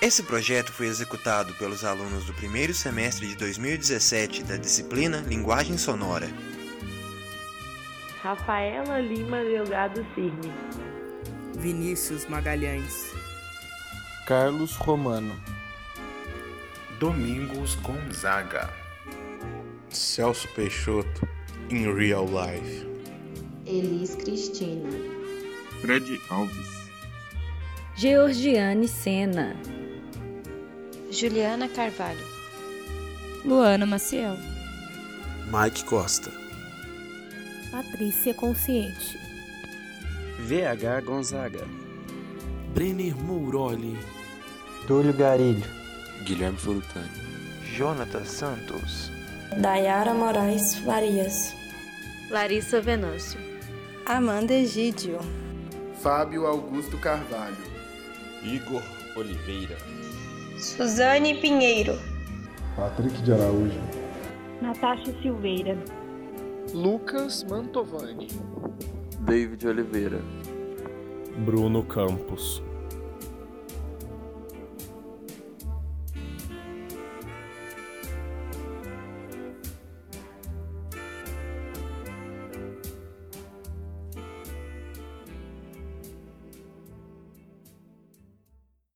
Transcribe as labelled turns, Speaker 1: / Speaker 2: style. Speaker 1: Esse projeto foi executado pelos alunos do primeiro semestre de 2017 da disciplina Linguagem Sonora.
Speaker 2: Rafaela Lima Delgado Cirne,
Speaker 3: Vinícius Magalhães,
Speaker 4: Carlos Romano,
Speaker 5: Domingos Gonzaga,
Speaker 6: Celso Peixoto, in real life,
Speaker 7: Elis Cristina,
Speaker 8: Fred Alves,
Speaker 9: Georgiane Sena,
Speaker 10: Juliana Carvalho,
Speaker 11: Luana Maciel,
Speaker 12: Mike Costa,
Speaker 13: Patrícia Consciente,
Speaker 14: VH Gonzaga,
Speaker 15: Brenner Mouroli,
Speaker 16: Túlio Garilho,
Speaker 17: Guilherme Furutani,
Speaker 18: Jonathan Santos,
Speaker 19: Dayara Moraes Farias,
Speaker 20: Larissa Venâncio,
Speaker 4: Amanda Egídio,
Speaker 2: Fábio Augusto Carvalho,
Speaker 10: Igor Oliveira,
Speaker 13: Suzane Pinheiro,
Speaker 1: Patrick de Araújo,
Speaker 9: Natasha Silveira,
Speaker 3: Lucas Mantovani,
Speaker 19: David Oliveira,
Speaker 8: Bruno Campos.